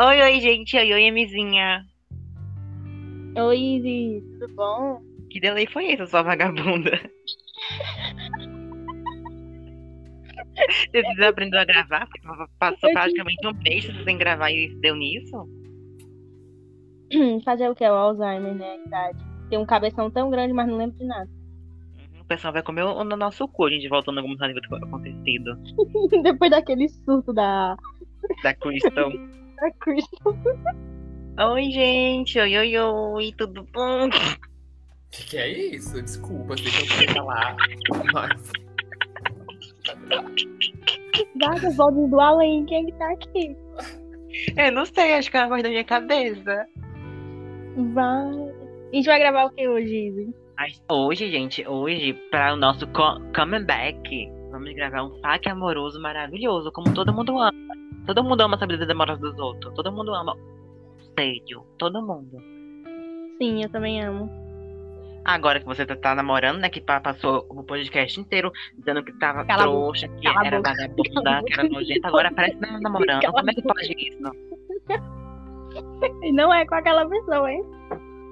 Oi, oi, gente. Oi, oi, Emizinha. Oi, Izzy, tudo bom? Que delay foi esse, sua vagabunda? Você desaprendeu a gravar? Porque Passou Eu praticamente um mês sem gravar e deu nisso? Fazer o que? O Alzheimer, né? A idade. Tem um cabeção tão grande, mas não lembro de nada. Uhum, O pessoal vai comer o, no nosso cu, a gente voltando alguma coisa que acontecido Depois daquele surto da, da Crystal. da Chris. Oi, gente. Oi, oi, oi. Tudo bom? O que, que é isso? Desculpa, sei que eu vou falar. Mas Vagas, vozes do além, quem é que tá aqui? Eu não sei, acho que é a voz da minha cabeça. Vai. A gente vai gravar o que hoje, Izzy? Mas hoje, gente, hoje, para o nosso co- comeback, vamos gravar um saque amoroso maravilhoso, como todo mundo ama. Todo mundo ama essa vida amorosa dos outros. Todo mundo ama o sério. Todo mundo. Sim, eu também amo. Agora que você tá, tá namorando, né? Que pa- passou o podcast inteiro dizendo que tava Cala a trouxa, que cala a era boca, cala a vagabunda, que era boca. nojenta. Agora parece que tá namorando. Cala a Como é que pode isso? Não, E não é com aquela pessoa, hein?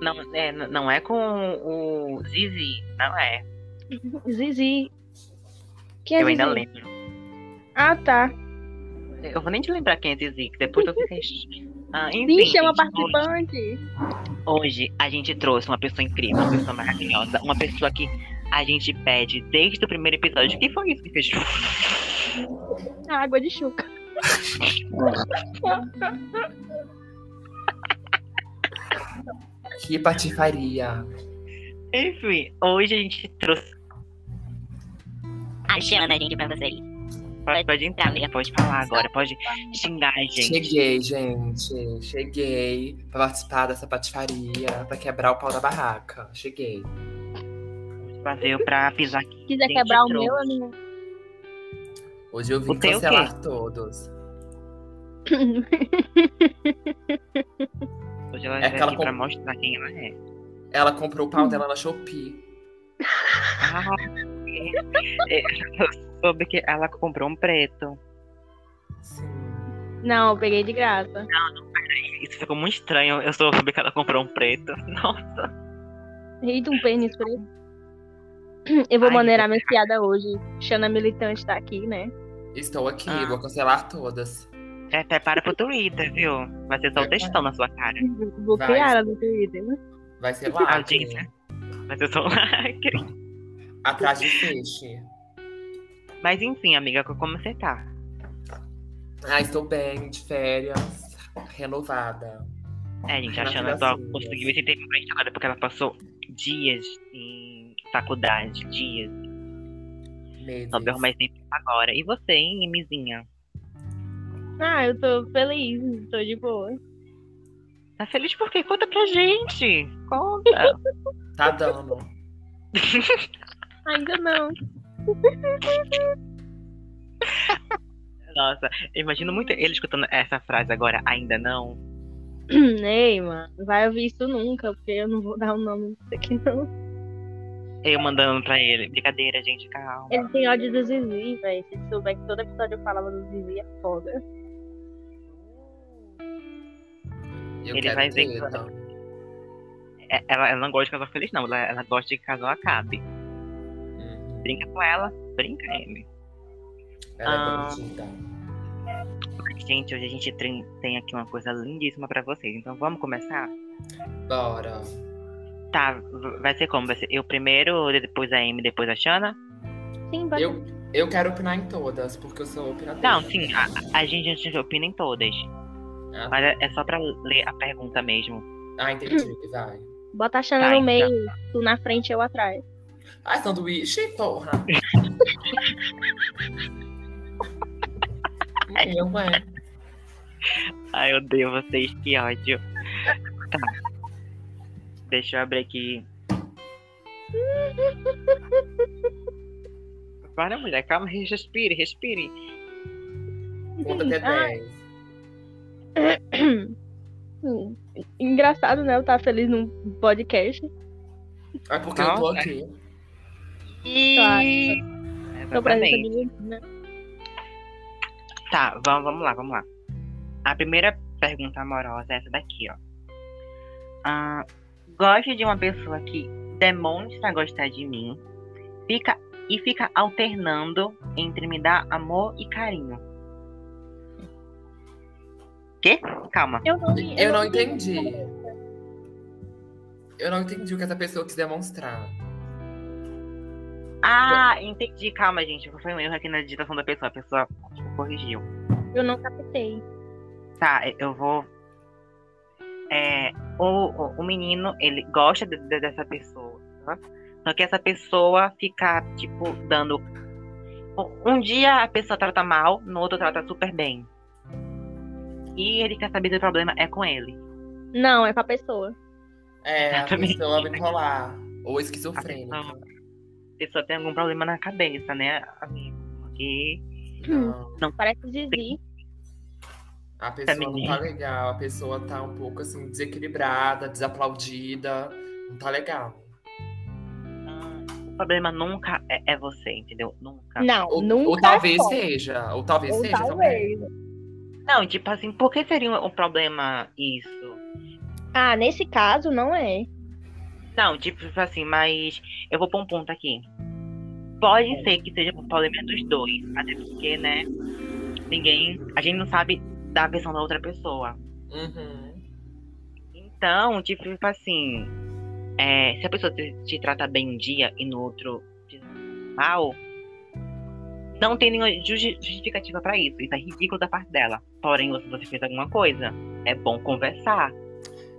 não, é, não é com o Zizi. Não é. Zizi. Quem é Eu ainda Zizi? lembro. Ah, tá. Eu vou nem te lembrar quem é Zizi, que depois tu fica. Ah, enfim, Sim, é chama gente, hoje- é participante. Hoje a gente trouxe uma pessoa incrível, uma pessoa maravilhosa, uma pessoa que a gente pede desde o primeiro episódio. Que foi isso que fez? Água de chuca. que patifaria. Enfim, hoje a gente trouxe. a chama da gente pra vocês. Pode, pode entrar, amiga, pode falar agora, pode xingar a gente. Cheguei, gente. Cheguei pra participar dessa patifaria, pra quebrar o pau da barraca. Cheguei. Fazer pra pisar aqui. Se quiser Gente, quebrar o trouxa. meu, amigo. Hoje eu O vim teu o quê? cancelar todos. Hoje ela É é aquela aqui pra com- mostrar quem ela é. Ela comprou o Hum. pau dela na Shopee. Ah, é. Eu soube que ela comprou um preto. Sim. Não, eu peguei de graça. Isso ficou muito estranho. Eu soube que ela comprou um preto. Nossa. Rei de um pênis preto. Eu vou Ai, maneirar minha piada hoje. Xana Militante tá aqui, né? Estou aqui, Ah. vou cancelar todas. É, prepara pro Twitter, viu? Vai ser só o textão na sua cara. Vou Vai. criar ela no Twitter. né? Vai ser Ah, lá. gente. Vai ser só um lacre. Atrás de peixe. Mas enfim, amiga, co- como você tá? Ah, estou bem, de férias. Renovada. É, gente, a Graças Xana a só Deus. conseguiu esse tempo pra história porque ela passou dias em faculdade, dias. Meses. Só deu mais tempo agora. E você, hein, Mizinha? Ah, eu tô feliz, tô de boa. Tá feliz por quê? Conta pra gente! Conta! Tá dando. Ainda não. Nossa, eu imagino muito ele escutando essa frase agora, ainda não. Ei, mano, não vai ouvir isso nunca, porque eu não vou dar o nome disso aqui, não. Eu mandando pra ele. Brincadeira, gente, calma. Ele tem ódio do Zizi, velho. Se ele souber que todo episódio eu falava do Zizi, é foda. Eu Ele quero vai ver que treta. É, Ela, ela não gosta de casal feliz, não. Ela, ela gosta de casal acabe. Uhum. Brinca com ela, brinca, M. Ela Ah. é bandida. Gente, hoje a gente tem, tem aqui uma coisa lindíssima pra vocês. Então vamos começar? Bora. Tá, v- vai ser como? Vai ser eu primeiro, depois a Amy, depois a Shana? Sim, vai. Eu, eu quero opinar em todas, porque eu sou opinadora. Não, sim, a, a gente, a gente opina em todas. Ah. Mas é, é só pra ler a pergunta mesmo. Ah, entendi. Vai. Bota a Xana Tá, no então. meio, tu na frente, eu atrás. Ai, sanduíche, porra. eu, é. Ai, eu odeio vocês, que ódio. Tá. Deixa eu abrir aqui. Para, mulher, calma, respire, respire. Conta até Ah. 10. Hum. Engraçado, né? Eu tá feliz num podcast. É porque eu tô Nossa. aqui. Tá. Claro. Tô pra Exatamente. receber, né? Tá, vamos, vamos lá, vamos lá. A primeira pergunta amorosa é essa daqui, ó. Ah, gosto de uma pessoa que demonstra gostar de mim fica, e fica alternando entre me dar amor e carinho. Quê? Calma. Eu não, Eu não entendi. Eu não entendi o que essa pessoa quis demonstrar. Ah, entendi. Calma, gente. Foi um erro aqui na digitação da pessoa. A pessoa tipo, corrigiu. Eu não captei. Tá, eu vou. É, o, o, o menino, ele gosta de- de- dessa pessoa. tá? Só que essa pessoa fica, tipo, dando. um- Um dia a pessoa trata mal, no outro trata super bem. E ele quer saber se o problema é com ele. Não, é com a pessoa. É, a Exatamente. pessoa vai enrolar. Ou A esquizofrênica. pessoa, a pessoa tem algum problema na cabeça, né? Assim, porque Não, Parece Zizi. a pessoa não menina. tá legal. A pessoa tá um pouco assim, desequilibrada, desaplaudida. Não tá legal. ah, o problema nunca é, é você, entendeu? Nunca. Não, tá. Ou, nunca. ou talvez foi. seja. Ou talvez Ou seja também. talvez. Não, tipo assim, por que seria um um problema isso? Ah, nesse caso não é. Não, tipo assim, mas eu vou pôr um ponto aqui. Pode ser que seja um problema dos dois, até porque, né? Ninguém. A gente não sabe da versão da outra pessoa. Uhum. Então, tipo assim, é, se a pessoa te, te trata bem um dia e no outro te trata mal, não tem nenhuma justi- justificativa pra isso. Isso é ridículo da parte dela. Porém, se você fez alguma coisa, é bom conversar.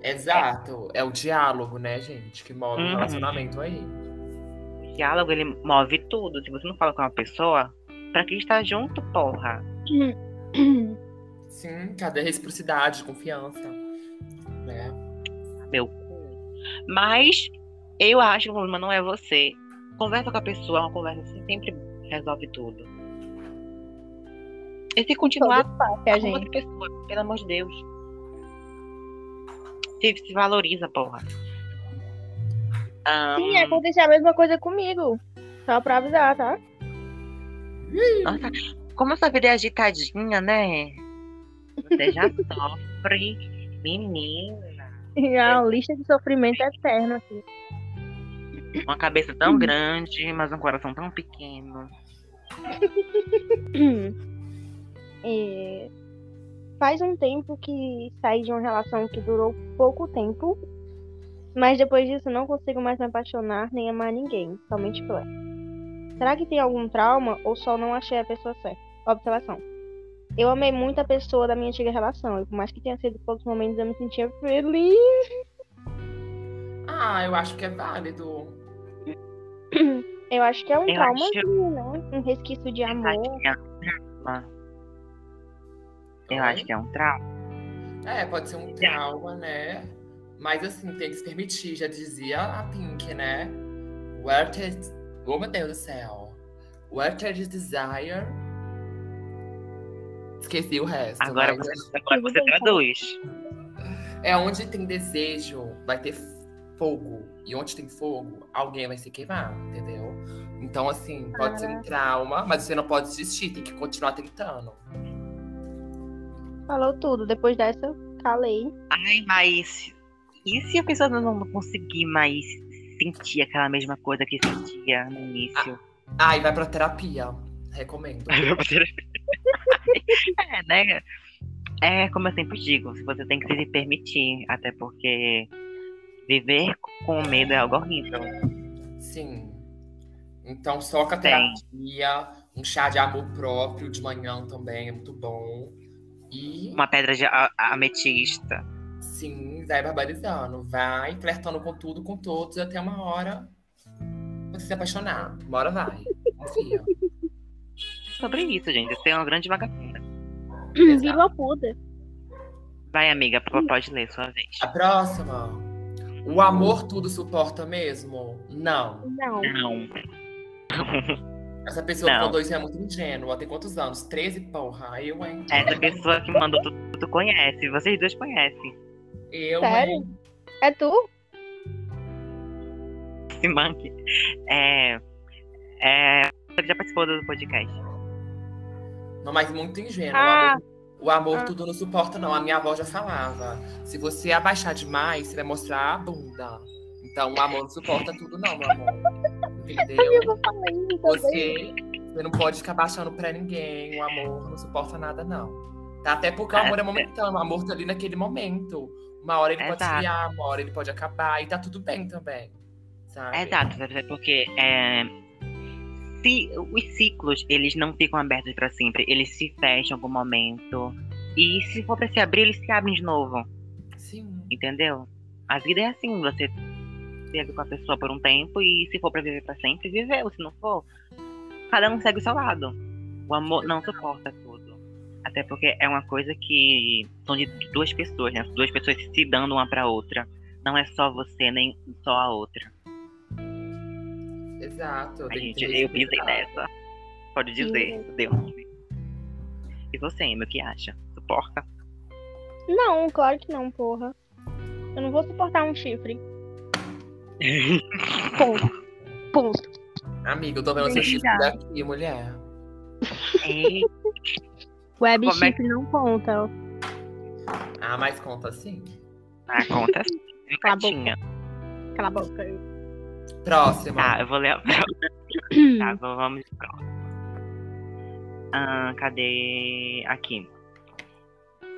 Exato. É o diálogo, né, gente? Que move Uhum. o relacionamento aí. O diálogo, ele move tudo. Se você não fala com uma pessoa, pra que estar junto, porra? Sim, cadê a reciprocidade, confiança? Né? meu cu. Mas eu acho que o problema não é você. Conversa com a pessoa, uma conversa assim, sempre resolve tudo. E se continuar Todo fácil, a com gente. outra pessoa, pelo amor de Deus. Se, se valoriza, porra. Ahn, Sim, aconteceu a mesma coisa comigo. Só pra avisar, tá? nossa, como essa vida é agitadinha, né? Você já sofre, menina. É uma lista de sofrimento é eterna assim. aqui. Uma cabeça tão grande, mas um coração tão pequeno. É, faz um tempo que saí de uma relação que durou pouco tempo, mas depois disso não consigo mais me apaixonar nem amar ninguém, somente por ela. Será que tem algum trauma ou só não achei a pessoa certa? Observação. Eu amei muito a pessoa da minha antiga relação, e por mais que tenha sido poucos momentos, eu me sentia feliz. Ah, eu acho que é válido. Eu acho que é um Eu trauma, acho- sim, né? Um resquício de amor. Tadinha. Eu acho que é um trauma. É, pode ser um trauma, né? Mas assim, tem que se permitir, já dizia a Pink, né? Where there's... Oh, meu Deus do céu. Where there is desire... Esqueci o resto, Agora mas você, agora você traduz. É onde tem desejo, vai ter fogo. E onde tem fogo, alguém vai se queimar, entendeu? Então, assim, pode ser um trauma, mas você não pode desistir, tem que continuar tentando. Falou tudo. Depois dessa, eu calei. Ai, mas. E se a pessoa não conseguir mais sentir aquela mesma coisa que sentia no início? Ai, vai pra terapia. Recomendo. é, né? É como eu sempre digo, você tem que se permitir, até porque viver com medo é algo horrível. Sim. Então, soca a Tem. terapia, um chá de amor próprio de manhã também é muito bom. E, Uma pedra de a- a- ametista. sim, vai barbarizando. Vai flertando com tudo, com todos, até uma hora você se apaixonar. Uma hora vai. Confia. Sobre isso, gente. Você é uma grande vagabunda. Exato. Vila Puda. Vai, amiga, p- pode ler sua vez. A próxima. O amor tudo suporta mesmo? Não. Não. Não. Essa pessoa Não. que mandou isso é muito ingênua. Tem quantos anos? 13, porra. Eu, hein? Essa pessoa que mandou tu, tu conhece. Vocês dois conhecem. Eu, Sério? hein? É tu? se manque. É, é, ele já participou do podcast. Não, mas muito ingênua. Ah, O amor Ah. tudo não suporta, não. A minha avó já falava. Se você abaixar demais, você vai mostrar a bunda. Então o amor não suporta tudo, não, meu amor. Eu Entendeu? vou falar isso também. Você, você não pode ficar baixando pra ninguém. O amor não suporta nada, não. Tá? Até porque o amor é momentâneo. O amor tá ali naquele momento. Uma hora ele pode Exato. esfriar, uma hora ele pode acabar. E tá tudo bem também. Sabe? É, Exato, sabe? porque é, se, os ciclos eles não ficam abertos para sempre, eles se fecham em algum momento. E se for para se abrir, eles se abrem de novo, Sim. entendeu? A vida é assim, você vive com a pessoa por um tempo e se for para viver para sempre, viveu. Se não for, cada um segue o seu lado. O amor não suporta tudo. Até porque é uma coisa que são de duas pessoas, né? Duas pessoas se dando uma para outra. Não é só você, nem só a outra. Exato. A tem gente, que eu pisei respeitar. nessa. Pode dizer, deu. E você, Amy, o que acha? Suporta? Não, claro que não, porra. Eu não vou suportar um chifre. Ponto. Ponto. Amigo, eu tô vendo seu chifre daqui, mulher. Web Como é chifre não conta. ó. Ah, mas conta sim. acontece. Cala Nunca a boca. tinha. Cala a boca. Próxima. Tá, eu vou ler a próxima. tá, v- vamos de próxima. Ah, cadê? Aqui.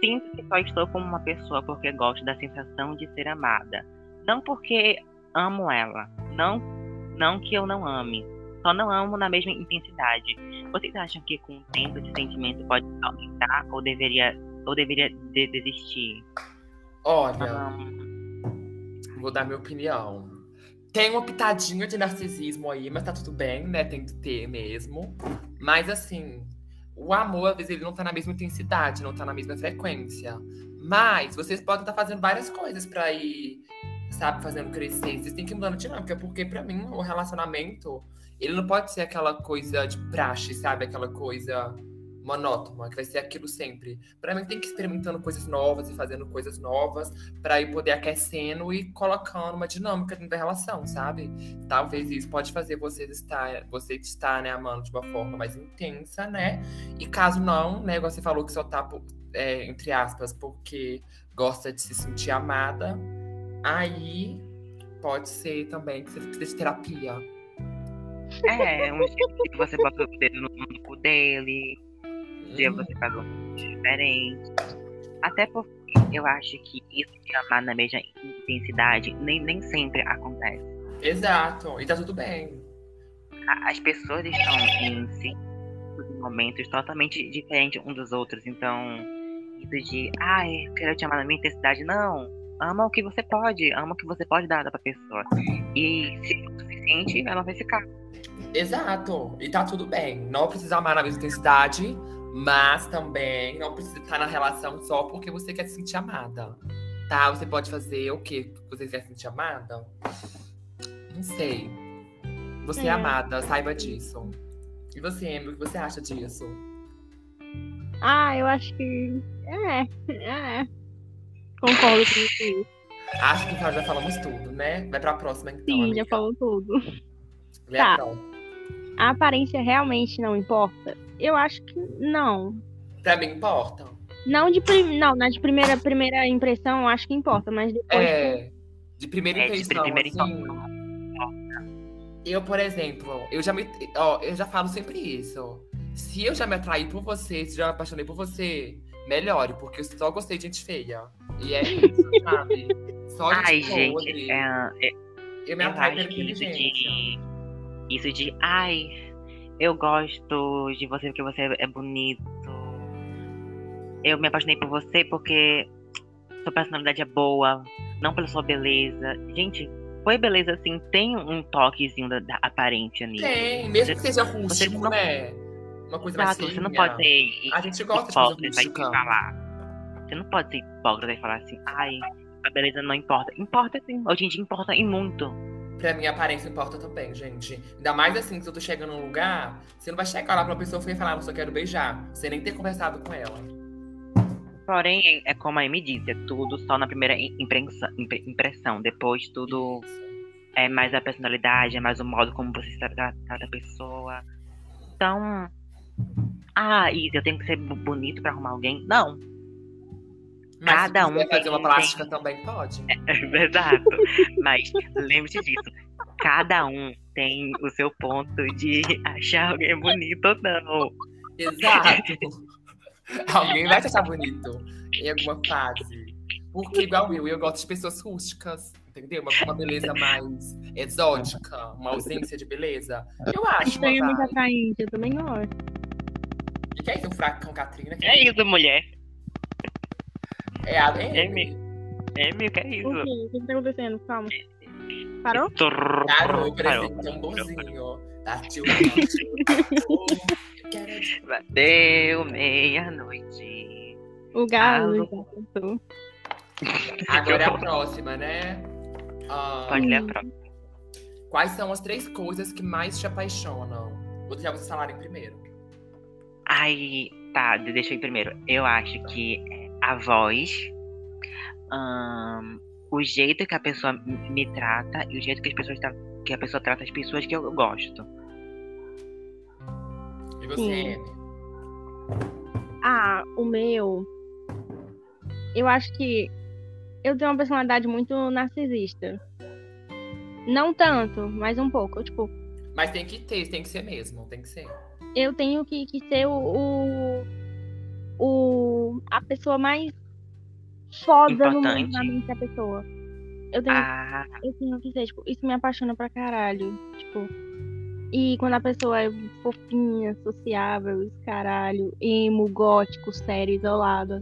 Sinto que só estou com uma pessoa porque gosto da sensação de ser amada. Não porque amo ela. Não, não que eu não ame. Só não amo na mesma intensidade. Vocês acham que com o tempo esse sentimento pode aumentar ou deveria, ou deveria de- desistir? Olha, Ah, vou dar minha opinião. Tem uma pitadinha de narcisismo aí, mas tá tudo bem, né? Tem que ter mesmo. Mas assim, o amor, às vezes, ele não tá na mesma intensidade, não tá na mesma frequência. Mas vocês podem estar fazendo várias coisas pra ir, sabe, fazendo crescer. Vocês têm que ir mudando a dinâmica, porque pra mim o relacionamento, ele não pode ser aquela coisa de praxe, sabe? Aquela coisa monótona, que vai ser aquilo sempre. Pra mim tem que ir experimentando coisas novas e fazendo coisas novas pra ir poder aquecendo e colocando uma dinâmica dentro da relação, sabe? Talvez isso pode fazer vocês estar, você estar, né, amando de uma forma mais intensa, né? E caso não, né, igual você falou que só tá por- é, entre aspas, porque gosta de se sentir amada, aí pode ser também que você precisa de terapia. É, um dia você bota o dedo no, no cu dele. Um dia você faz uma coisa diferente. Até porque eu acho que isso de amar na mesma intensidade nem, nem sempre acontece. Exato, e tá tudo bem. A- As pessoas estão em ciclos e momentos totalmente diferentes um dos outros. Então, isso de, ai, eu quero te amar na minha intensidade, não. Ama o que você pode, ama o que você pode dar pra pessoa. E se for suficiente, ela vai ficar. Exato, e tá tudo bem. Não precisa amar na mesma intensidade, mas também não precisa estar na relação só porque você quer se sentir amada. Tá? Você pode fazer o quê? Você quer se sentir amada? Não sei. Você é, É. amada, saiba disso. E você, Emily, o que você acha disso? Ah, eu acho que. É, é. Concordo com isso. Acho que nós já falamos tudo, né? Vai pra próxima então. Sim, já amiga. é falou tudo. Lê tá. a próxima. A aparência realmente não importa? Eu acho que não. Pra mim importa. Não de prim... não, na de primeira, primeira impressão, eu acho que importa, mas depois. É. De primeira É, de impressão. primeira assim, impressão. Eu, por exemplo, eu já me. Ó, eu já falo sempre isso. Se eu já me atraí por você, se já me apaixonei por você, melhore, porque eu só gostei de gente feia. E é isso, sabe? Só gente Ai, boa, gente, e é, eu me Eu atraio acho pela que isso inteligência. de. Isso de. Ai, eu gosto de você porque você é bonito. Eu me apaixonei por você porque sua personalidade é boa, não pela sua beleza. Gente, foi beleza assim, tem um toquezinho da, da aparência nisso. Tem, mesmo que seja você rústico, não- né? Uma coisa mais Exato, você não pode fininha. ser A gente gosta de coisa hipócrita e rústica. falar. Você não pode ser hipócrita e falar assim, ai, a beleza não importa. Importa sim, hoje em dia importa e muito. Pra mim, a aparência importa também, gente. Ainda mais assim, se eu tô chegando num lugar, você não vai chegar lá pra uma pessoa feia e falar, "Ah, eu só quero beijar. Sem nem ter conversado com ela. Porém, é é como a Amy disse, é tudo só na primeira im- imprensa- impre- impressão. Depois tudo Isso. é mais a personalidade, é mais o modo como você se trata trata a pessoa. Então, Ah, Isa, eu tenho que ser bu- bonito pra arrumar alguém? Não. Mas Cada se um É. quiser tem- fazer uma plástica também pode. Exato. Mas lembre-se disso. Cada um tem o seu ponto de achar alguém bonito ou não. Exato. Alguém vai te achar bonito em alguma fase. Porque, igual eu, eu gosto de pessoas rústicas, entendeu? Uma, uma beleza mais exótica, uma ausência de beleza. Eu acho, Isso aí é uma muito vibe. atraente, eu também gosto. E quem é o fracão Katrina? Quem É isso, mulher. É a Amy. Amy. É, meu, que é isso? O que? O que tá acontecendo? Calma. Parou? Torrou, Parou, parece parou. um tamborzinho. Tá tio, tio, tio. Eu quero te- Bateu meia-noite. O galo. Alô? Alô? Agora é a próxima, né? Ah, Pode ler a próxima. quais são as três coisas que mais te apaixonam? Vou deixar vocês falarem primeiro. Ai, tá, de- deixa eu ir primeiro. Eu acho que a voz, ahn, o jeito que a pessoa m- me trata e o jeito que as pessoas tra- que a pessoa trata as pessoas que eu gosto. E Sim. você, Amy? Ah, o meu. Eu acho que eu tenho uma personalidade muito narcisista. Não tanto, mas um pouco. Tipo, Mas tem que ter, tem que ser mesmo, tem que ser. eu tenho que, que ser o, o, o- a pessoa mais foda no mundo, Importante. na mente da pessoa. Eu tenho Ah, eu tenho que ser, tipo, isso me apaixona pra caralho. Tipo, e quando a pessoa é fofinha, sociável, esse caralho, emo, gótico, sério, isolada.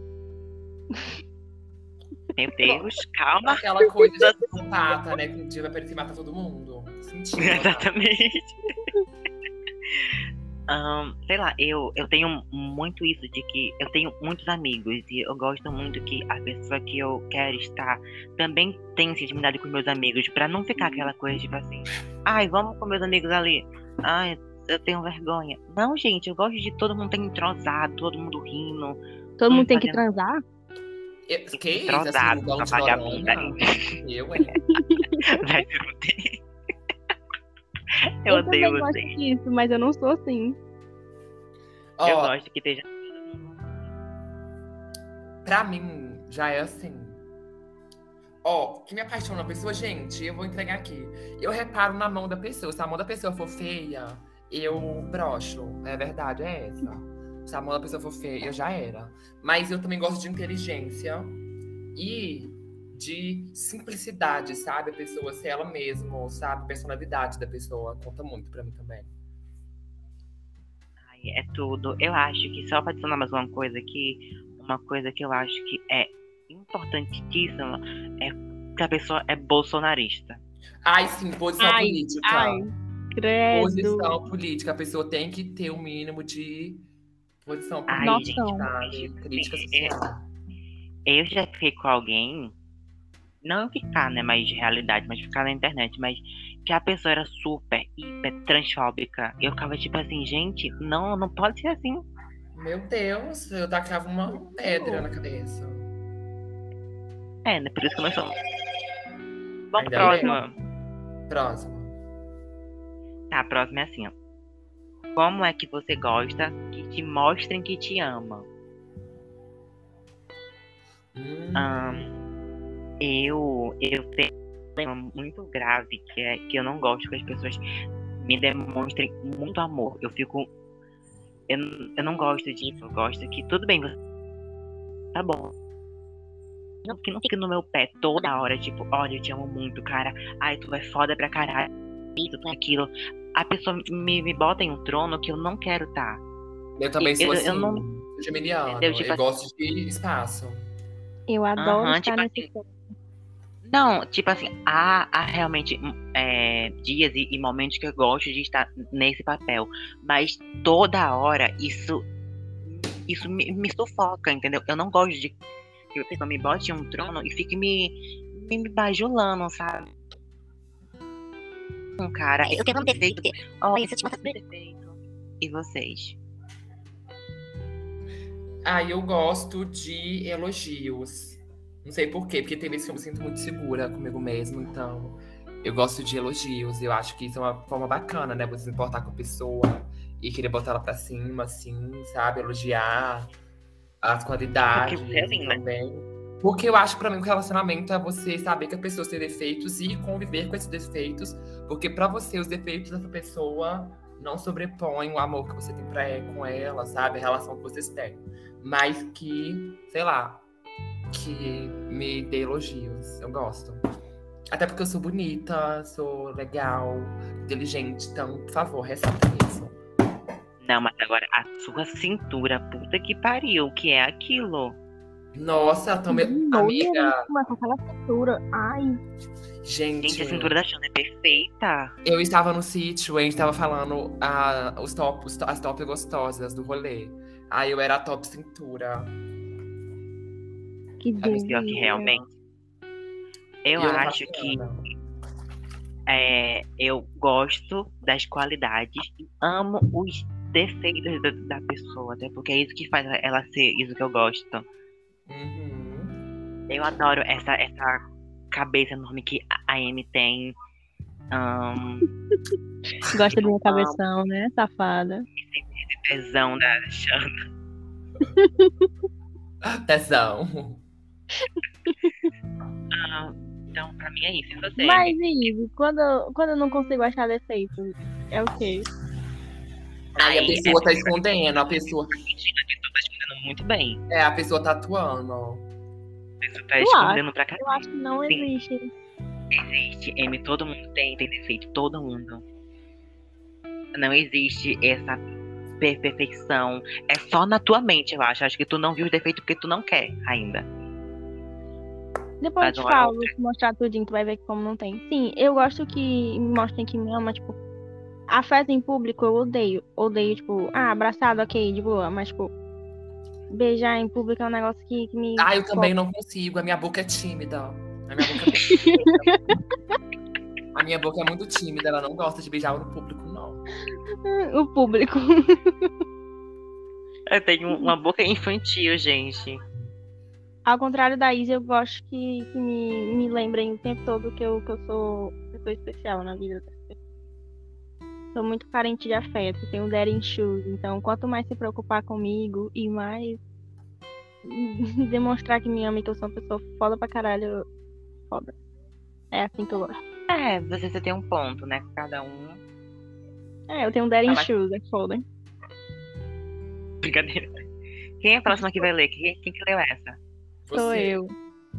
meu Deus, calma. Aquela coisa de psicopata, né? Que um dia vai parecer matar todo mundo. Sentido. Exatamente. Ahn, sei lá, eu, eu tenho muito isso de que eu tenho muitos amigos e eu gosto muito que a pessoa que eu quero estar também tenha essa intimidade com meus amigos, pra não ficar aquela coisa tipo assim, ai, vamos com meus amigos ali, ai, eu tenho vergonha. Não, gente, eu gosto de todo mundo ter entrosado, todo mundo rindo, Todo Hum, mundo tem que fazendo- transar? Eu, que isso? entrosado, Assim, um uma de vagabunda. vagabunda. Eu, hein? Vai se fuder. Eu também odeio gosto vocês. disso, mas eu não sou assim. Eu Ó, gosto que esteja pra mim, já é assim. Ó, que me apaixona a pessoa, gente, eu vou entregar aqui. Eu reparo na mão da pessoa. Se a mão da pessoa for feia, eu broxo. É verdade, é essa. Se a mão da pessoa for feia, eu já era. Mas eu também gosto de inteligência e de simplicidade, sabe? A pessoa ser ela mesma, sabe? A personalidade da pessoa conta muito pra mim também. Ai, É tudo. Eu acho que, só pra adicionar mais uma coisa aqui, uma coisa que eu acho que é importantíssima é que a pessoa é bolsonarista. Ai, sim, posição Ai, política. Ai, É credo. posição política. A pessoa tem que ter um mínimo de posição Ai, política, Noção. sabe? Crítica É- social. Eu já fiquei com alguém, não ficar, né, mas de realidade, mas ficar na internet, mas que a pessoa era super, hiper transfóbica. Eu ficava tipo assim, gente, não, não pode ser assim. Meu Deus, eu tacava uma pedra na cabeça. É, né, por isso que nós somos. Vamos pra Ainda próxima. Próximo. Tá, a próxima é assim, ó. Como é que você gosta que te mostrem que te amam? Hum, Ah, Ahn, eu, eu tenho um problema muito grave que é que eu não gosto que as pessoas me demonstrem muito amor. Eu fico. Eu, n- eu não gosto disso. Eu gosto que tudo bem, você. Tá bom. Não, que não fica no meu pé toda hora, tipo, olha, eu te amo muito, cara. Ai, tu é foda pra caralho. Isso, tu é aquilo. A pessoa me, me bota em um trono que eu não quero tá. estar. eu também sou eu- eu assim. não- sou geminiano. Entendeu? Tipo eu assim- gosto de espaço. Eu adoro Aham, estar tipo nesse assim. tempo. Não, tipo assim, há, há realmente hum, é, dias e, e momentos que eu gosto de estar nesse papel, mas toda hora isso isso me, me sufoca, entendeu? Eu não gosto de que a pessoa me bote em um trono e fique me, me, me bajulando, sabe? Um cara, eu quero um defeito, porque, olha, se eu te mostrar um defeito. E vocês? Ah, eu gosto de elogios. Não sei por quê, porque tem vezes que eu me sinto muito segura comigo mesmo, então Eu gosto de elogios, eu acho que isso é uma forma bacana, né? Você se importar com a pessoa e querer botar ela pra cima, assim, sabe? Elogiar as qualidades Porque você é linda. também. Porque eu acho que pra mim o relacionamento é você saber que a pessoa tem defeitos e conviver com esses defeitos. Porque pra você, os defeitos da pessoa não sobrepõem o amor que você tem pra e- com ela, sabe? A relação que vocês têm. Mas que, sei lá, que me dê elogios. Eu gosto. Até porque eu sou bonita, sou legal, inteligente. Então, por favor, ressalta isso. Não, mas agora a sua cintura, puta que pariu, que é aquilo. Nossa, eu tô me... Uhum, Não, Então, amiga. Mas com aquela cintura. Ai, Gente, Gente, a cintura da Xana é perfeita. eu estava no sítio, a gente tava falando ah, os top, os to- as top gostosas do rolê. Aí eu era a top cintura. que Mas pior que é. delícia. realmente. Eu E era acho que bacana. é, eu gosto das qualidades e amo os defeitos da, da pessoa, até porque é isso que faz ela ser isso que eu gosto. Uhum. Eu adoro essa, essa cabeça enorme que a- a Amy tem. ahn, né? Tipo, Gosta de minha cabeção, né, safada? tesão né, da Xana. Tesão. Então, pra mim é isso. E você? Mas, e Ivo, quando, eu- quando eu não consigo achar defeito, é o quê? Aí a Ai, pessoa tá essa- escondendo, a pessoa. Mentira, que tu tá escondendo muito bem. É, a pessoa tá atuando. Tu tá Eu escondendo pra Eu acho que não Sim. existe. existe M, todo mundo tem, tem defeito, todo mundo. Não existe essa per- perfeição. É só na tua mente, eu acho. Acho que tu não viu os defeitos porque tu não quer ainda. Depois Mas eu não te é falo, vou te mostrar tudinho, tu vai ver como não tem. Sim, eu gosto que me mostrem que me ama, tipo, afeto em público eu odeio. Odeio, tipo, ah, abraçado, ok, de boa, mas, tipo, beijar em público é um negócio que, que me. Tá. Ah, eu também não consigo. A minha boca é tímida. A minha boca é muito tímida. A minha boca é muito tímida, ela não gosta de beijar no público, não. O público. Eu tenho uma boca infantil, gente. Ao contrário da Isa, eu gosto que, que me, me lembrem o tempo todo que eu, que eu sou pessoa especial na vida das pessoas. Sou muito carente de afeto, tenho daring shoes, então quanto mais se preocupar comigo e mais demonstrar que me ama e que eu sou uma pessoa foda pra caralho, foda. É assim que eu gosto. É, você, você tem um ponto, né? Cada um. É, eu tenho daring Tá, mas- shoes, é foda. Brincadeira. Quem é a próxima que vai ler? Quem, quem que leu essa? Sou Você. eu.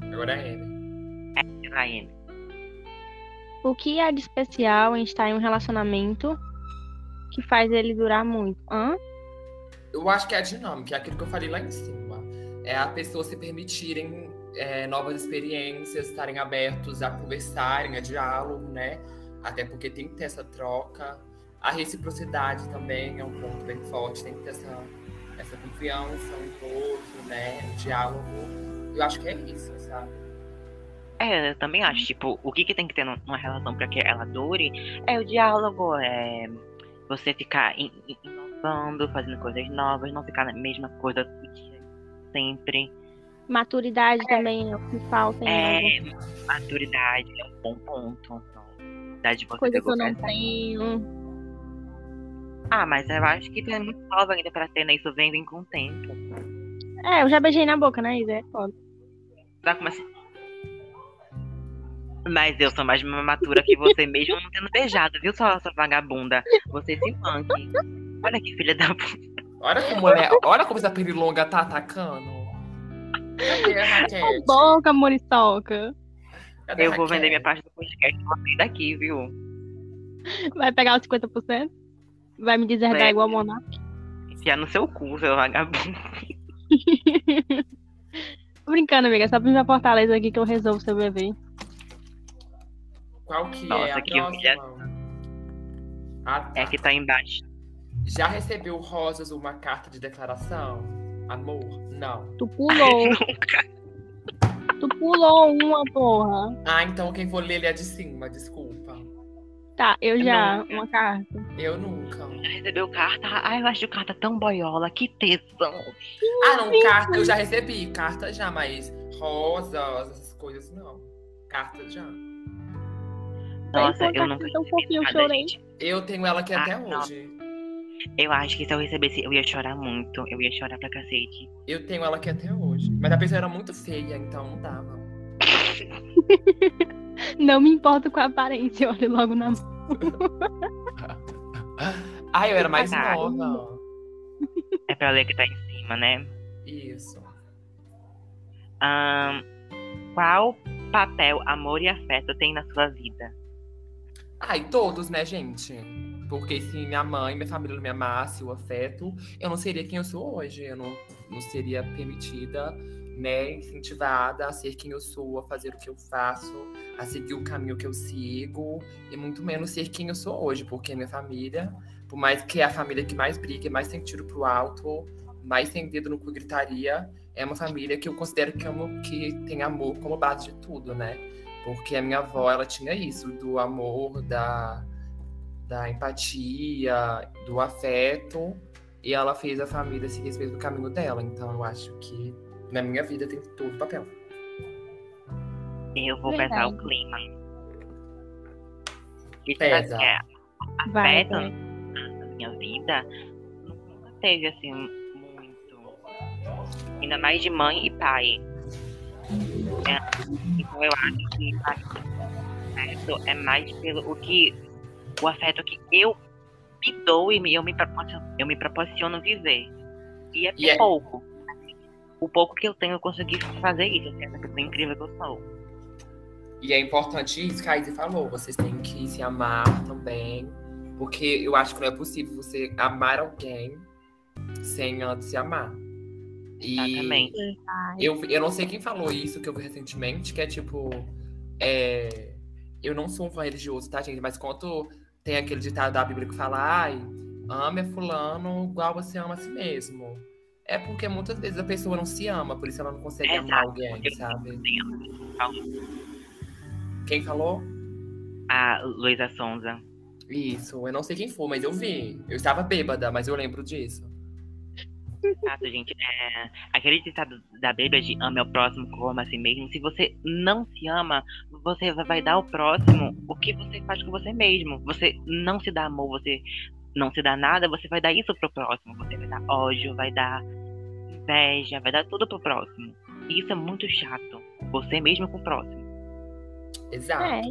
Agora é ele. A M. O que há de especial em estar em um relacionamento que faz ele durar muito? Hã? Eu acho que é a dinâmica, é aquilo que eu falei lá em cima. É a pessoa se permitirem é, novas experiências, estarem abertos a conversarem, a diálogo, né? Até porque tem que ter essa troca. A reciprocidade também é um ponto bem forte, tem que ter essa, essa confiança um pro outro, né? O diálogo. Eu acho que é isso, sabe? É, eu também Uhum. acho, tipo, o que, que tem que ter num- numa relação pra que ela dure é o diálogo, é você ficar in- in- inovando, fazendo coisas novas, não ficar na mesma coisa o dia sempre. Maturidade também é o que falta em alguns É, maturidade é um bom ponto. Então, idade você coisa que pegou eu não pra- tenho. Ah, mas eu acho que tu é muito nova ainda pra ter, né? Isso vem, vem com o tempo. É, eu já beijei na boca, né, Isa? É foda. Tá começando. Mas eu sou mais madura que você, mesmo não tendo beijado, viu, sua, sua vagabunda? Você se manque. Olha que filha da puta. Olha como, né? Olha como essa pernilonga tá atacando. Cadê a raquete? Boca, moriçoca. Cadê a Eu vou raquete? vender minha parte do podcast pra sair daqui, viu? Vai pegar os 50%? Vai me deserdar É. igual o Monark? Enfiar no seu cu, seu vagabundo. Tô brincando, amiga. É Só pra minha fortaleza aqui que eu resolvo seu bebê. Qual que é Nossa, a que próxima? Ah, tá. É que tá embaixo. Já recebeu rosas uma carta de declaração? Amor? Não. Tu pulou. tu pulou uma, porra. Ah, então quem for ler ele é de cima, desculpa. Tá, eu já. Não. Uma carta. Eu nunca. Já recebeu carta? Ai, eu acho carta tão boiola, que tesão. Ah, não, carta eu já recebi. Carta já, mas rosas, essas coisas não. Carta já. Nossa, enquanto aqui eu nunca tá um recebi pouquinho, eu nada, chorei. gente. Eu tenho ela aqui Ah, até não. hoje. Eu acho que se eu recebesse, eu ia chorar muito. Eu ia chorar pra cacete. Eu tenho ela aqui até hoje. Mas a pessoa era muito feia, então não dava. Não me importo com a aparência, eu olho logo na mão. Ah, Ai, eu era mais Caralho. nova. É pra ler que tá em cima, né? Isso. Ahn, qual papel amor e afeto tem na sua vida? Ai, todos, né, gente? Porque se minha mãe, minha família não me amasse, o afeto, eu não seria quem eu sou hoje. Eu não, não seria permitida, né, incentivada a ser quem eu sou, a fazer o que eu faço, a seguir o caminho que eu sigo, e muito menos ser quem eu sou hoje, porque minha família, por mais que é a família que mais briga, mais tem tiro pro alto, mais tem dedo no cu e gritaria, é uma família que eu considero que, amo, que tem amor como base de tudo, né? Porque a minha avó, ela tinha isso, do amor, da, da empatia, do afeto. E ela fez a família seguir esse mesmo caminho dela. Então eu acho que na minha vida tem todo papel. Eu vou Verdade. pesar o clima. E tipo, Pesa. assim, é, Vai, afeto vai. na minha vida nunca teve assim muito. Ainda mais de mãe e pai. É, então eu acho que o afeto é mais pelo o que o afeto que eu me dou e me- eu me proporciono, eu me proporciono viver. E é E é- pouco. O pouco que eu tenho, eu consegui fazer isso. assim, Essa pessoa incrível que eu sou. E é importante isso que a Izzy falou. Vocês têm que se amar também. Porque eu acho que não é possível você amar alguém sem antes se amar. E Exatamente. Eu, eu não sei quem falou isso que eu vi recentemente, que é tipo. é, eu não sou um fã religioso, tá, gente? Mas quanto tem aquele ditado da Bíblia que fala, ai, ame a fulano igual você ama a si mesmo. É porque muitas vezes a pessoa não se ama, por isso ela não consegue amar Exato. alguém, sabe? Quem falou? A Luísa Sonza. Isso, eu não sei quem foi, mas eu vi. Eu estava bêbada, mas eu lembro disso. Exato, gente. É, aquele ditado da Bíblia de ame ao próximo como a si mesmo. Se você não se ama, você vai dar ao próximo o que você faz com você mesmo. Você não se dá amor, você não se dá nada, você vai dar isso pro próximo. Você vai dar ódio, vai dar inveja, vai dar tudo pro próximo. E isso é muito chato. Você mesmo com o próximo. Exato. É,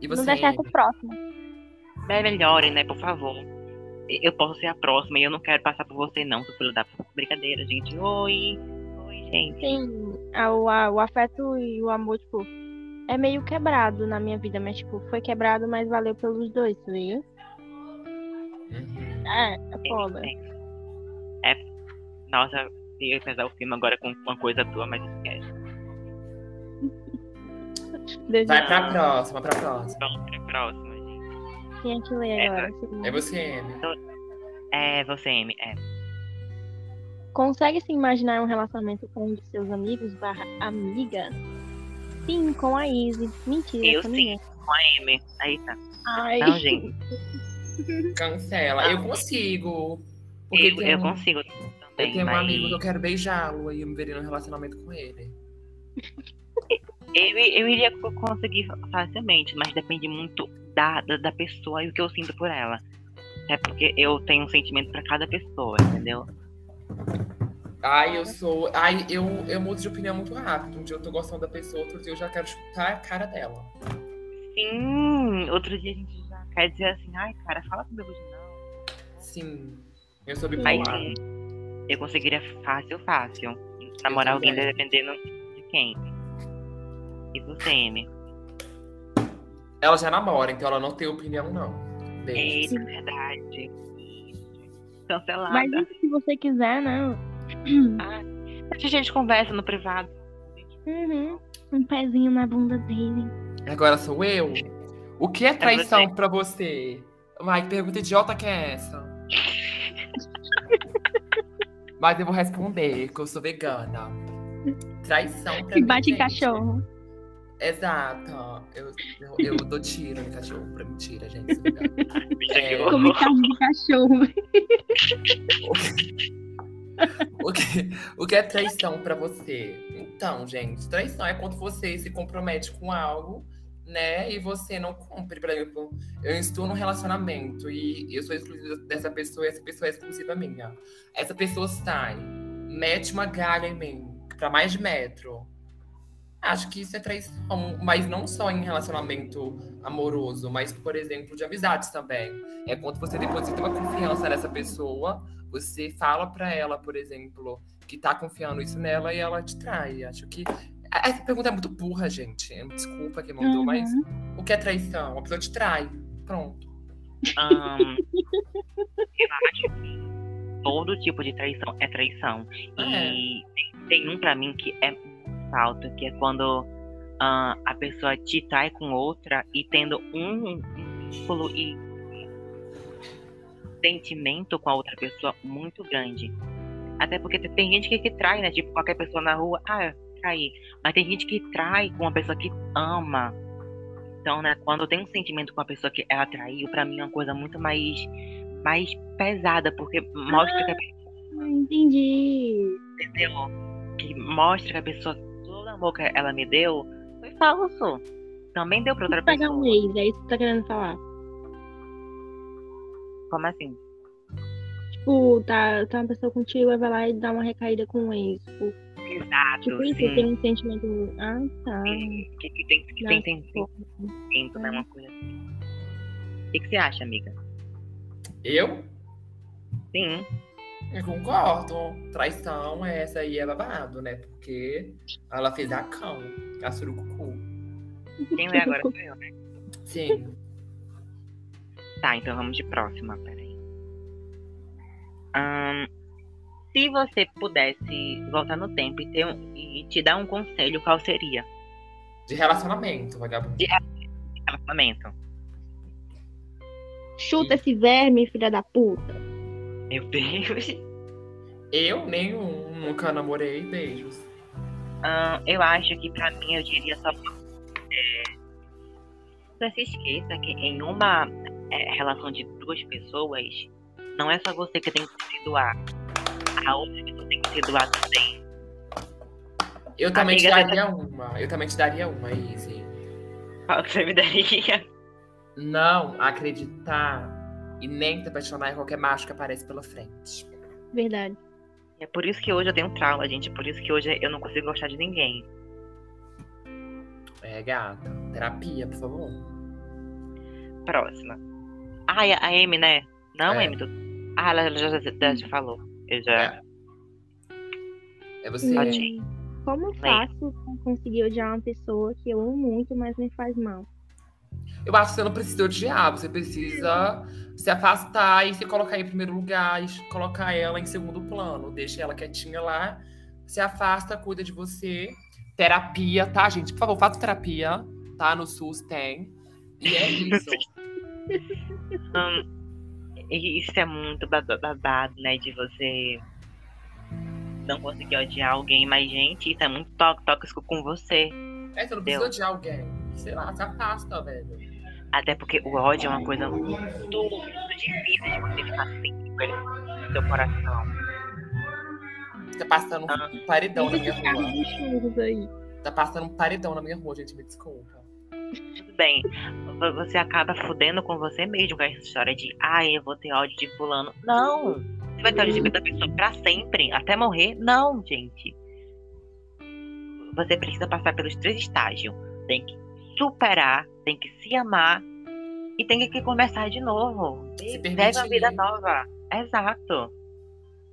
e não você. dá certo o próximo. Me Melhorem, né, por favor. Eu posso ser a próxima e eu não quero passar por você, não, seu filho da puta. brincadeira, gente. Oi. Oi, gente. Sim, a- o, a- o afeto e o amor, tipo, é meio quebrado na minha vida, mas, tipo, foi quebrado, mas valeu pelos dois, tá ligado? Uhum. É, é foda. É. Nossa, eu ia pesar o filme agora com uma coisa tua, mas esquece. Deus Vai pra próxima, pra próxima. Vamos pra próxima, gente. Quem é que lê É, agora? assim. É você, Amy. É, você, M. É. Consegue se imaginar um relacionamento com um de seus amigos barra amiga? Sim, com a Izzy. Mentira, Eu com sim. ninguém. M. Aí tá. Ai. Não, gente. Cancela. Eu consigo. Porque Ah. Eu, tem eu um- consigo Eu também, tenho um amigo que eu mas. quero beijá-lo e eu me veria num relacionamento com ele. Eu, eu iria co- conseguir facilmente, mas depende muito da, da, da pessoa e o que eu sinto por ela. É porque eu tenho um sentimento pra cada pessoa, entendeu? Ai, eu sou. Ai, eu, eu mudo de opinião muito rápido. Um dia eu tô gostando da pessoa, outro dia eu já quero chutar a cara dela. Sim, outro dia a gente já quer dizer assim, ai, cara, fala comigo de não. Sim. Eu sou Mas bipolar. sim, eu conseguiria fácil, fácil. Eu Namorar alguém também. dependendo de quem. E você, M. Ela já namora, então ela não tem opinião, não. Beijo. Eita, verdade. Cancelada. Mas isso se você quiser, né? a gente conversa no privado. Uhum. Um pezinho na bunda dele. Agora sou eu. O que é traição você. pra você? Ai, que pergunta idiota que é essa? Mas eu vou responder, que eu sou vegana. Traição pra Que mim, bate em gente, cachorro. Exato. Eu, eu, eu dou tiro no cachorro pra mentira, gente. sou vegana. É. Eu- Come carne de cachorro. O que, o que é traição pra você? Então, gente, traição é quando você se compromete com algo né? E você não cumpre, por exemplo, eu estou num relacionamento e eu sou exclusiva dessa pessoa e essa pessoa é exclusiva minha. Essa pessoa sai, mete uma galha em mim, pra mais de metro. Acho que isso é traição, mas não só em relacionamento amoroso, mas, por exemplo, de amizades também. É quando você deposita uma confiança nessa pessoa, você fala pra ela, por exemplo, que tá confiando isso nela e ela te trai. Acho que essa pergunta é muito burra, gente. Desculpa quem mandou, Uhum. mas o que é traição? A pessoa te trai. Pronto. Ahn, eu acho que todo tipo de traição é traição. E tem um pra mim que é muito alto, que é quando ah, a pessoa te trai com outra e tendo um vínculo e sentimento com a outra pessoa muito grande. Até porque te- tem gente que, que trai, né? Tipo, qualquer pessoa na rua, ah, traí. Mas tem gente que trai com uma pessoa que ama. Então, né, quando eu tenho um sentimento com a pessoa que ela traiu, pra mim é uma coisa muito mais, mais pesada, porque mostra que a Ah, Entendi. entendeu? Que mostra que a pessoa, todo amor que ela me deu, foi falso. Também deu pra outra Pegar um pessoa. ex, é isso que tu tá querendo falar. Como assim? Tipo, tá, tá uma pessoa contigo, aí vai lá e dá uma recaída com um ex. Tipo, Exato, tipo isso, sim. tem um sentimento. Ah, tá. Que, que tem que tem, tem, tem sentimento, né? Uma coisa assim. O que, que você acha, amiga? Eu? Sim. Eu concordo. Traição é essa aí é babado, né? Porque ela fez a cão, a surucucu. Quem lê agora sou eu, né? Sim. Tá, então vamos de próxima, peraí. Ahn, se você pudesse voltar no tempo e, ter um- e te dar um conselho, qual seria? De relacionamento, vagabundo. Relacionamento. Chuta esse verme, filha da puta. Meu Deus. Eu nenhum, nunca namorei. Beijos. Ahn, eu acho que pra mim eu diria só pra você. Não se esqueça que em uma eh, relação de duas pessoas, não é só você que tem que se doar. A outra pessoa tem que se doar também. Eu também te Amiga, daria uma. Eu também te daria uma, Izzy. Qual que Você me daria. Não acreditar e nem te apaixonar em qualquer macho que aparece pela frente. Verdade. É por isso que hoje eu tenho trauma, gente. Por isso que hoje eu não consigo gostar de ninguém. É, gata. Terapia, por favor. Próxima. Ai, a Amy, né? Não, É. Amy. tu- Ah, ela já, já, já te falou. Eu já. É você. Tá de- Como eu faço pra conseguir odiar uma pessoa que eu amo muito, mas me faz mal? Eu acho que você não precisa odiar, você precisa se afastar e se colocar em primeiro lugar e colocar ela em segundo plano. Deixa ela quietinha lá, se afasta, cuida de você. Terapia, tá, gente? Por favor, faça terapia, tá? No SUS tem. E é isso. E Isso é muito baba- babado, né? De você não conseguir odiar alguém, mas, gente, isso é muito tó- tóxico com você. É, você não precisa odiar alguém. Sei lá, se afasta, velho. Até porque o ódio é uma coisa muito, muito difícil de você ficar sentindo ele no seu coração. Tá passando um paredão na minha rua. Churros aí. Tá passando um paredão na minha rua, gente, me desculpa. Tudo bem, vo- você acaba fudendo com você mesmo com essa história de, ah, eu vou ter ódio de fulano. Não! Você vai ter ódio de da pessoa pra sempre, até morrer? Não, gente. Você precisa passar pelos três estágios. Tem que superar, tem que se amar e tem que começar de novo. Se Vive uma permitir. né? vida nova. Exato.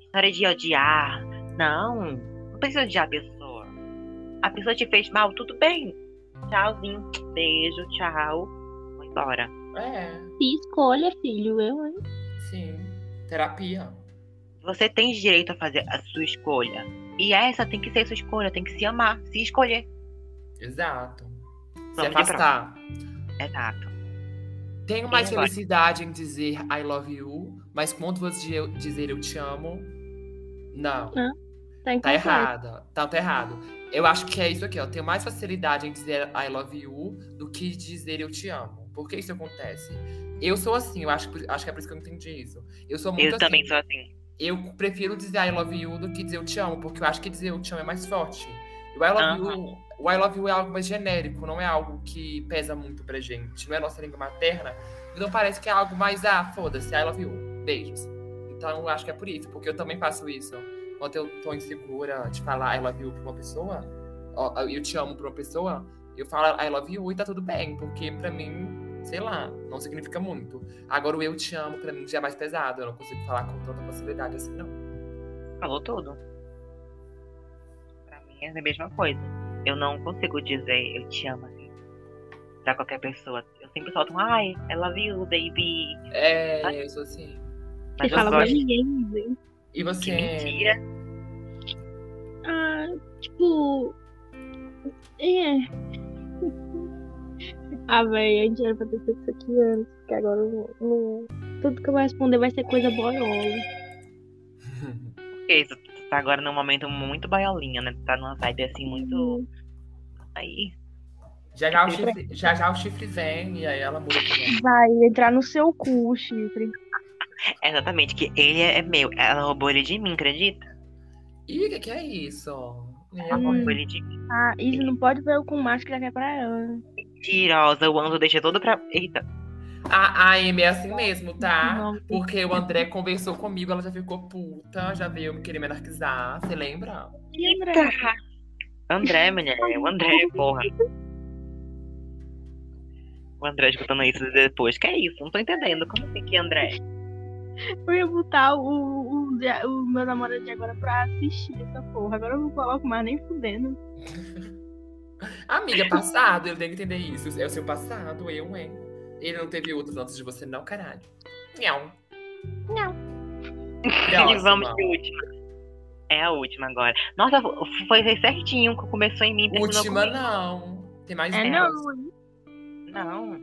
História de odiar. Não. Não precisa odiar a pessoa. A pessoa te fez mal, tudo bem. Tchauzinho. Beijo, tchau. Vou embora. É, Se escolha, filho, eu, hein? sim. Terapia. Você tem direito a fazer a sua escolha. E essa tem que ser sua escolha, tem que se amar, se escolher. Exato. Se Vamos de afastar. Exato. Tenho mais Quem vai? felicidade em dizer I love you, mas quando você di- dizer eu te amo, não, Tá, tá incompleto. errada, tá, tá errado. Eu acho que é isso aqui, ó. Tenho mais facilidade em dizer I love you do que dizer eu te amo. Por que isso acontece? Eu sou assim, eu acho, que por- acho que é por isso que eu não entendi isso. Eu sou muito eu assim. também sou assim. Eu prefiro dizer I love you do que dizer eu te amo, porque eu acho que dizer eu te amo é mais forte. E o I love you, O I Love You é algo mais genérico, não é algo que pesa muito pra gente. Não é nossa língua materna. Então parece que é algo mais, ah, foda-se, I Love You. Beijos. Então eu acho que é por isso, porque eu também faço isso. Quando eu tô insegura de falar I Love You pra uma pessoa, ó, eu te amo pra uma pessoa, eu falo I Love You e tá tudo bem, porque pra mim, sei lá, não significa muito. Agora o eu te amo pra mim já é mais pesado, eu não consigo falar com tanta facilidade assim, não. Falou tudo. Pra mim é a mesma coisa. Eu não consigo dizer eu te amo assim pra qualquer pessoa. Eu sempre solto um ai, I love you, baby. É, eu sou assim. Você eu fala pra gosto. ninguém, né? E você? Que mentira. Ah, tipo. É. Ah, velho, a gente era pra ter feito isso aqui antes, porque agora eu não- não- tudo que eu vou responder vai ser coisa boiola. Porque isso tu tá agora num momento muito baiolinha, né? Tu tá numa vibe assim muito. Aí. já, já, o chifre, já já o chifre vem e aí ela muda também. Vai entrar no seu cu, chifre. É exatamente, que ele é meu. Ela roubou ele de mim, acredita? Ih, o que, que é isso? Ela roubou ele de mim. Ah, isso não pode ver eu com máscara que é pra ela. Mentirosa, o anjo deixa todo pra. Eita. A, a Amy é assim mesmo, tá? Não. Porque o André conversou comigo, ela já ficou puta, já veio me querer me anarquizar, você lembra? Lembra? André, mulher. é O André, porra. O André escutando isso depois. Que é isso? Não tô entendendo. Como assim que André? Eu ia botar o, o, o- o meu namorado de agora pra assistir essa porra. Agora eu não coloco mais nem fudendo. Amiga, é passado, ele tem que entender isso. É o seu passado, eu, hein? Ele não teve outros antes de você, não, caralho. Não. Não. É E vamos de última. É a última agora. Nossa, f- foi certinho que começou em mim. terminou Última, comigo. não. Tem mais É duas. não, Não, né?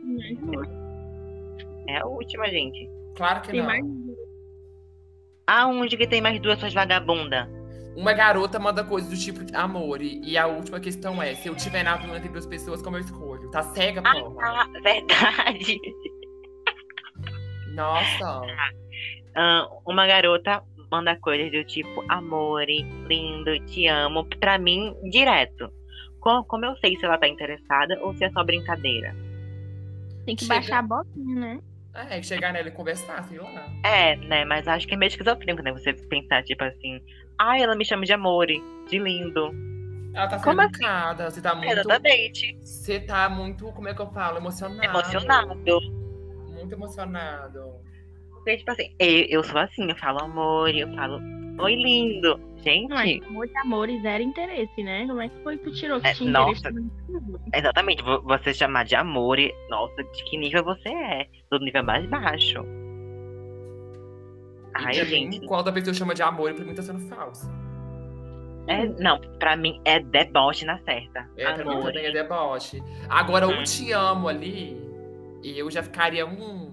é a última, gente. Claro que Tem não. mais Aonde que tem mais duas suas vagabundas? Uma garota manda coisas do tipo amor. E e a última questão é: se eu tiver na dúvida entre duas pessoas, como eu escolho? Tá cega, porra? Ah, verdade. Nossa. Ah, uma garota manda coisas do tipo amore, lindo, te amo, pra mim, direto. Co- Como, eu sei se ela tá interessada ou se é só brincadeira? Tem que Chega. baixar a botinha, né? É, chegar nela e conversar, sei lá. É, né? Mas acho que é meio esquizofrênico, né? Você pensar, tipo assim, ai, ela me chama de amore, de lindo. Ela tá sendo Como assim? educada, você tá muito. Exatamente. Você tá muito, como é que eu falo? Emocionado. Emocionado. Muito emocionado. Porque, tipo assim, eu, eu sou assim, eu falo amor, eu falo, oi lindo. Gente, Não, é mas amor de amores era interesse, né? Como é que foi que tu tirou É, que tinha nossa. interesse? exatamente, vo- você chamar de amor, e- nossa, de que nível você é? Do nível mais baixo. Ai, Hum. E pra mim, gente. Quando a pessoa chama de amor, pra mim tá sendo falso. é- não, pra mim é deboche na certa. É, pra mim amor. também é deboche. Agora, Hum. o te amo ali, eu já ficaria um.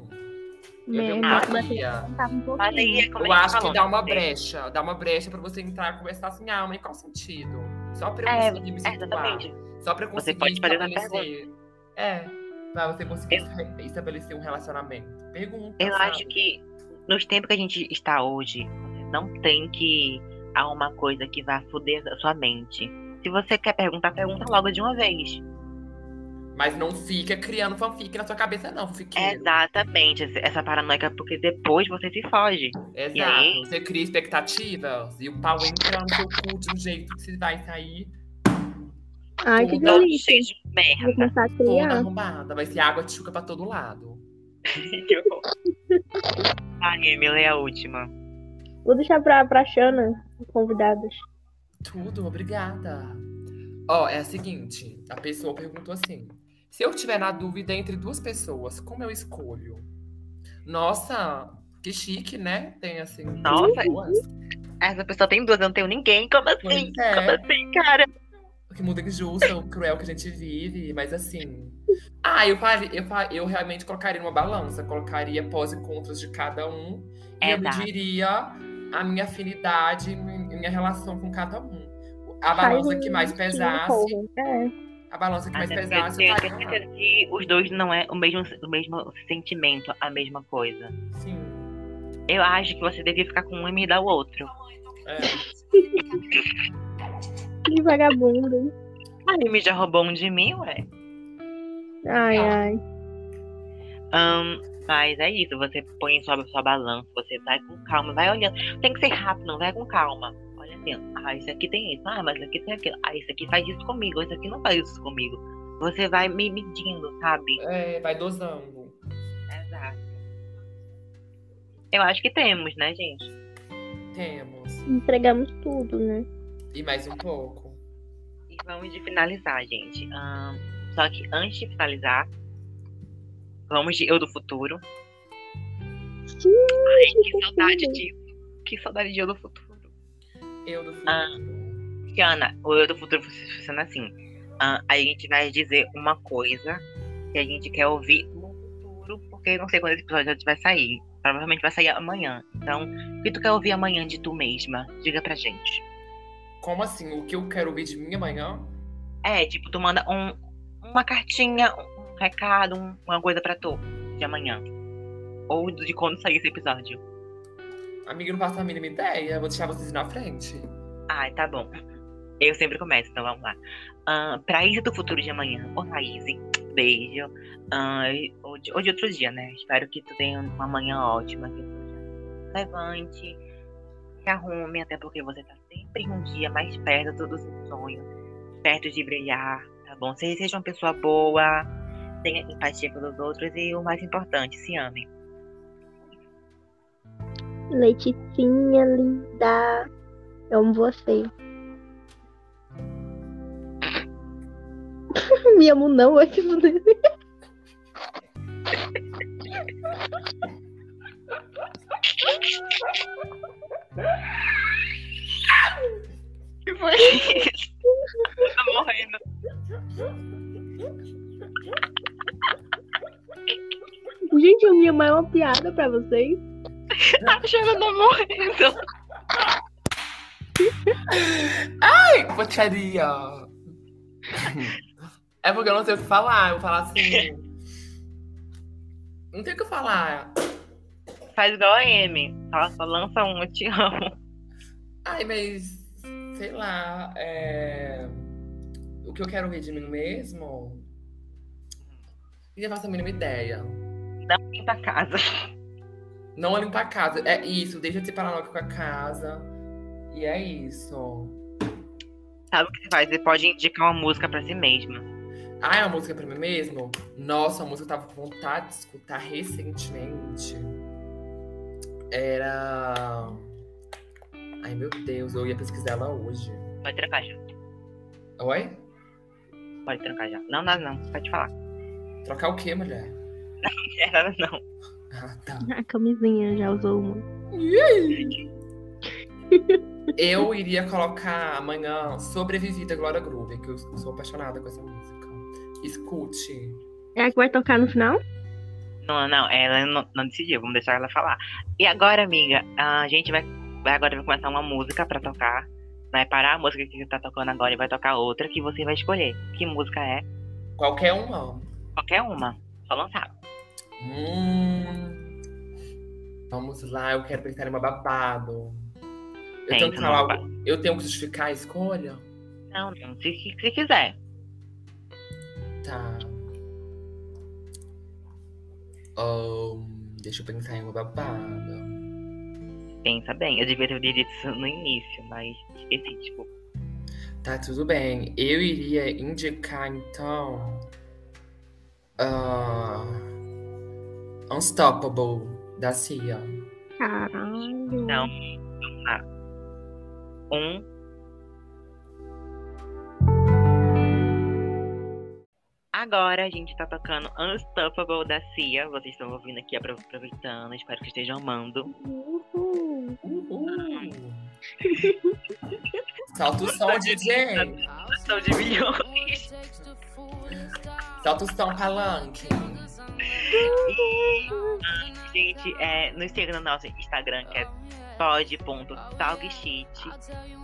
Eu Né, tenho eu Ah, gosto da Maria. tava um pouquinho. Mas aí é como Eu a gente acho que falou, dá né? uma brecha. Dá uma brecha pra você entrar e conversar assim, ah, mas qual sentido? Só pra eu É, conseguir me É, situar. exatamente. Só pra eu Você conseguir pode fazer uma estabelecer. É. Pra você conseguir estra- estabelecer um relacionamento. Pergunta. Eu sabe? acho que nos tempos que a gente está hoje, você não tem que há uma coisa que vá foder a sua mente. Se você quer perguntar, pergunta logo de uma vez. Mas não fica criando fanfic na sua cabeça, não, fiqueiro. Exatamente, esse- essa paranoica, porque depois você se foge. Exato. E aí? Você cria expectativas e o pau entra no seu cu de um jeito que você vai sair Ai, que Não, Todo delícia. cheio de Vou merda. começar a toda criar. arrombada. Vai ser água tchuca pra todo lado. Que horror. Ai, Emily é a última. Vou deixar pra, pra Xana, convidados. Tudo, obrigada. Ó, é a seguinte: a pessoa perguntou assim: se eu tiver na dúvida entre duas pessoas, como eu escolho? Nossa, que chique, né? Tem assim. Nossa. duas. Essa pessoa tem duas, eu não tenho ninguém. Como assim? Pois é. Como assim, cara? Que mundo injusto, é o cruel que a gente vive, mas assim. Ah, eu, fali- eu, fa- eu realmente colocaria numa balança, colocaria pós e contras de cada um. E eu Exato. diria a minha afinidade, mi- minha relação com cada um. A balança Faz que um- mais pesasse, um porra. É. a balança que mais Até porque eu pesasse, eu tenho faria uma certeza Ah, que os dois não é o mesmo, o mesmo sentimento, a mesma coisa. Sim. Eu acho que você devia ficar com um e me dar o outro. É. Que vagabundo. A Amy já roubou um de mim, ué. Ai, Ah. ai. Ahn, mas é isso, você põe sua, sua balança, você vai com calma, vai olhando. Tem que ser rápido, não vai com calma. Olha assim, ah, isso aqui tem isso, ah, mas aqui tem aquilo, ah, isso aqui faz isso comigo, isso aqui não faz isso comigo. Você vai me medindo, sabe? É, vai dosando. Exato. Eu acho que temos, né, gente? Temos. Entregamos tudo, né? E mais um pouco. E vamos de finalizar, gente. Ahn, só que antes de finalizar, vamos de Eu do Futuro. Sim, Ai, que saudade de. Que saudade de Eu do Futuro. Eu do futuro. Ah. Tiana, o Eu do Futuro funciona assim. Ah, a gente vai dizer uma coisa que a gente quer ouvir no futuro, porque não sei quando esse episódio vai sair. Provavelmente vai sair amanhã. Então, o que tu quer ouvir amanhã de tu mesma? Diga pra gente. Como assim? O que eu quero ouvir de mim amanhã? É, tipo, tu manda um, uma cartinha, um recado, um- uma coisa pra tu de amanhã. Ou de quando sair esse episódio. Amiga, eu não faço a mínima ideia. Eu Vou deixar vocês na frente. Ai, tá bom. Eu sempre começo, então vamos lá. Ah, Praísa do futuro de amanhã. Ô, Thaís, beijo. Ah, e hoje, hoje é outro dia, né? Espero que tu tenha uma manhã ótima. Que tu já levante, se arrume, até porque você tá sempre um dia mais perto do seu sonho. Perto de brilhar, tá bom? Se- seja uma pessoa boa, tenha empatia pelos outros e o mais importante, se ame. Leiticinha linda. Eu amo você. Me amo não, é que fuder. Que foi isso? tá morrendo. Gente, eu me amo é uma piada pra vocês. A Xana tá morrendo. Ai, que porcaria! é porque eu não sei o que falar. Eu vou falar assim. não tem o que falar. Faz igual a Amy. Ela só lança um, eu te amo. Ai, mas. Sei lá. é, O que eu quero ouvir de mim mesmo? Eu não faço a mínima ideia. Não vem pra casa. Não limpar a casa. É isso, deixa de ser paranoico com a casa. E é isso. Sabe o que você faz? Você pode indicar uma música pra si mesma. Ah, é uma música pra mim mesmo? Nossa, a música que eu tava com vontade de escutar recentemente. Era. Ai, meu Deus, eu ia pesquisar ela hoje. Pode trancar já. Oi? Pode trancar já. Não, não, não. Pode falar. Trocar o quê, mulher? Era não. Ah, tá. A camisinha já usou uma. Eu iria colocar amanhã Sobrevivida Glória Groove, que eu sou apaixonada com essa música. Escute. É a que vai tocar no final? Não, não. Ela não, não decidiu. Vamos deixar ela falar. E agora, amiga, a gente vai, vai agora vai começar uma música pra tocar. Vai parar a música que você tá tocando agora e vai tocar outra que você vai escolher. Que música é? Qualquer um uma. Qualquer uma. Só lançar. Hum. Vamos lá, eu quero pensar em uma babado. Eu Pensa tenho que numa falar algo. Eu tenho que justificar a escolha? Não, não. Se, se, se quiser. Tá. Ahn, deixa eu pensar em uma babada. Pensa bem. Eu devia ter dito isso no início, mas esqueci, tipo. Tá tudo bem. Eu iria indicar então. ah, Unstoppable da Cia. Caralho. Não. Então, Vamos lá. Um. Agora a gente tá tocando Unstoppable da Cia. Vocês estão ouvindo aqui, apro- aproveitando. Espero que estejam amando. Uhul. Uhul. Solta o som, DJ! São de milhões. Solta o som, palanque! E, ah, gente, é, nos siga no nosso Instagram, que é pod.talkshit.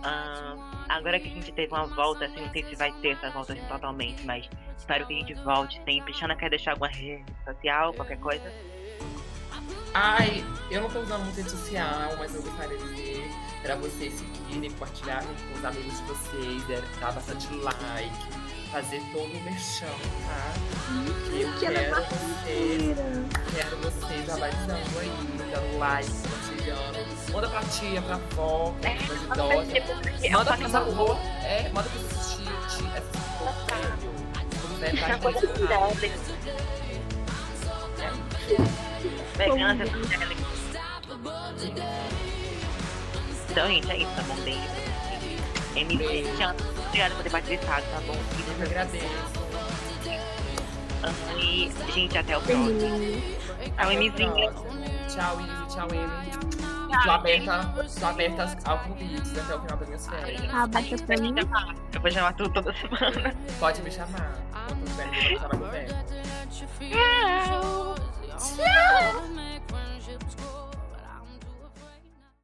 Ah, agora que a gente teve uma volta, assim, não sei se vai ter essa volta totalmente, mas espero que a gente volte sempre. Xana quer deixar alguma rede social, qualquer coisa? Ai, eu não tô usando muito rede social, mas eu gostaria de dizer pra vocês seguirem, compartilharem com os amigos de vocês, é, dar bastante like, fazer todo o merchan, tá? Eu quero você, quero você já batizando aí, dando like, compartilhando. Manda pra tia, pra avó, pra idosa. Então, tipo, Manda pros avô, é, manda pros tios, tias, essas né, coisas, velho. Tudo bem, tá aqui. né. Vegana, Então, gente, é isso, tá bom? Beijo. MC, Beijo. tchau. Obrigada por ter participado, tá bom? Eu que agradeço. E, gente, até o próximo. É um Tchau, Até a Emizinha. próxima. Tchau, Izzy. Tchau, Emi. Tô aberta, tô aberta ao convite até o final das minhas férias. Ah, baixa pra mim. Eu vou chamar tudo toda semana. Pode me chamar. Eu tô férias, eu vou chamar no pé. Tchau.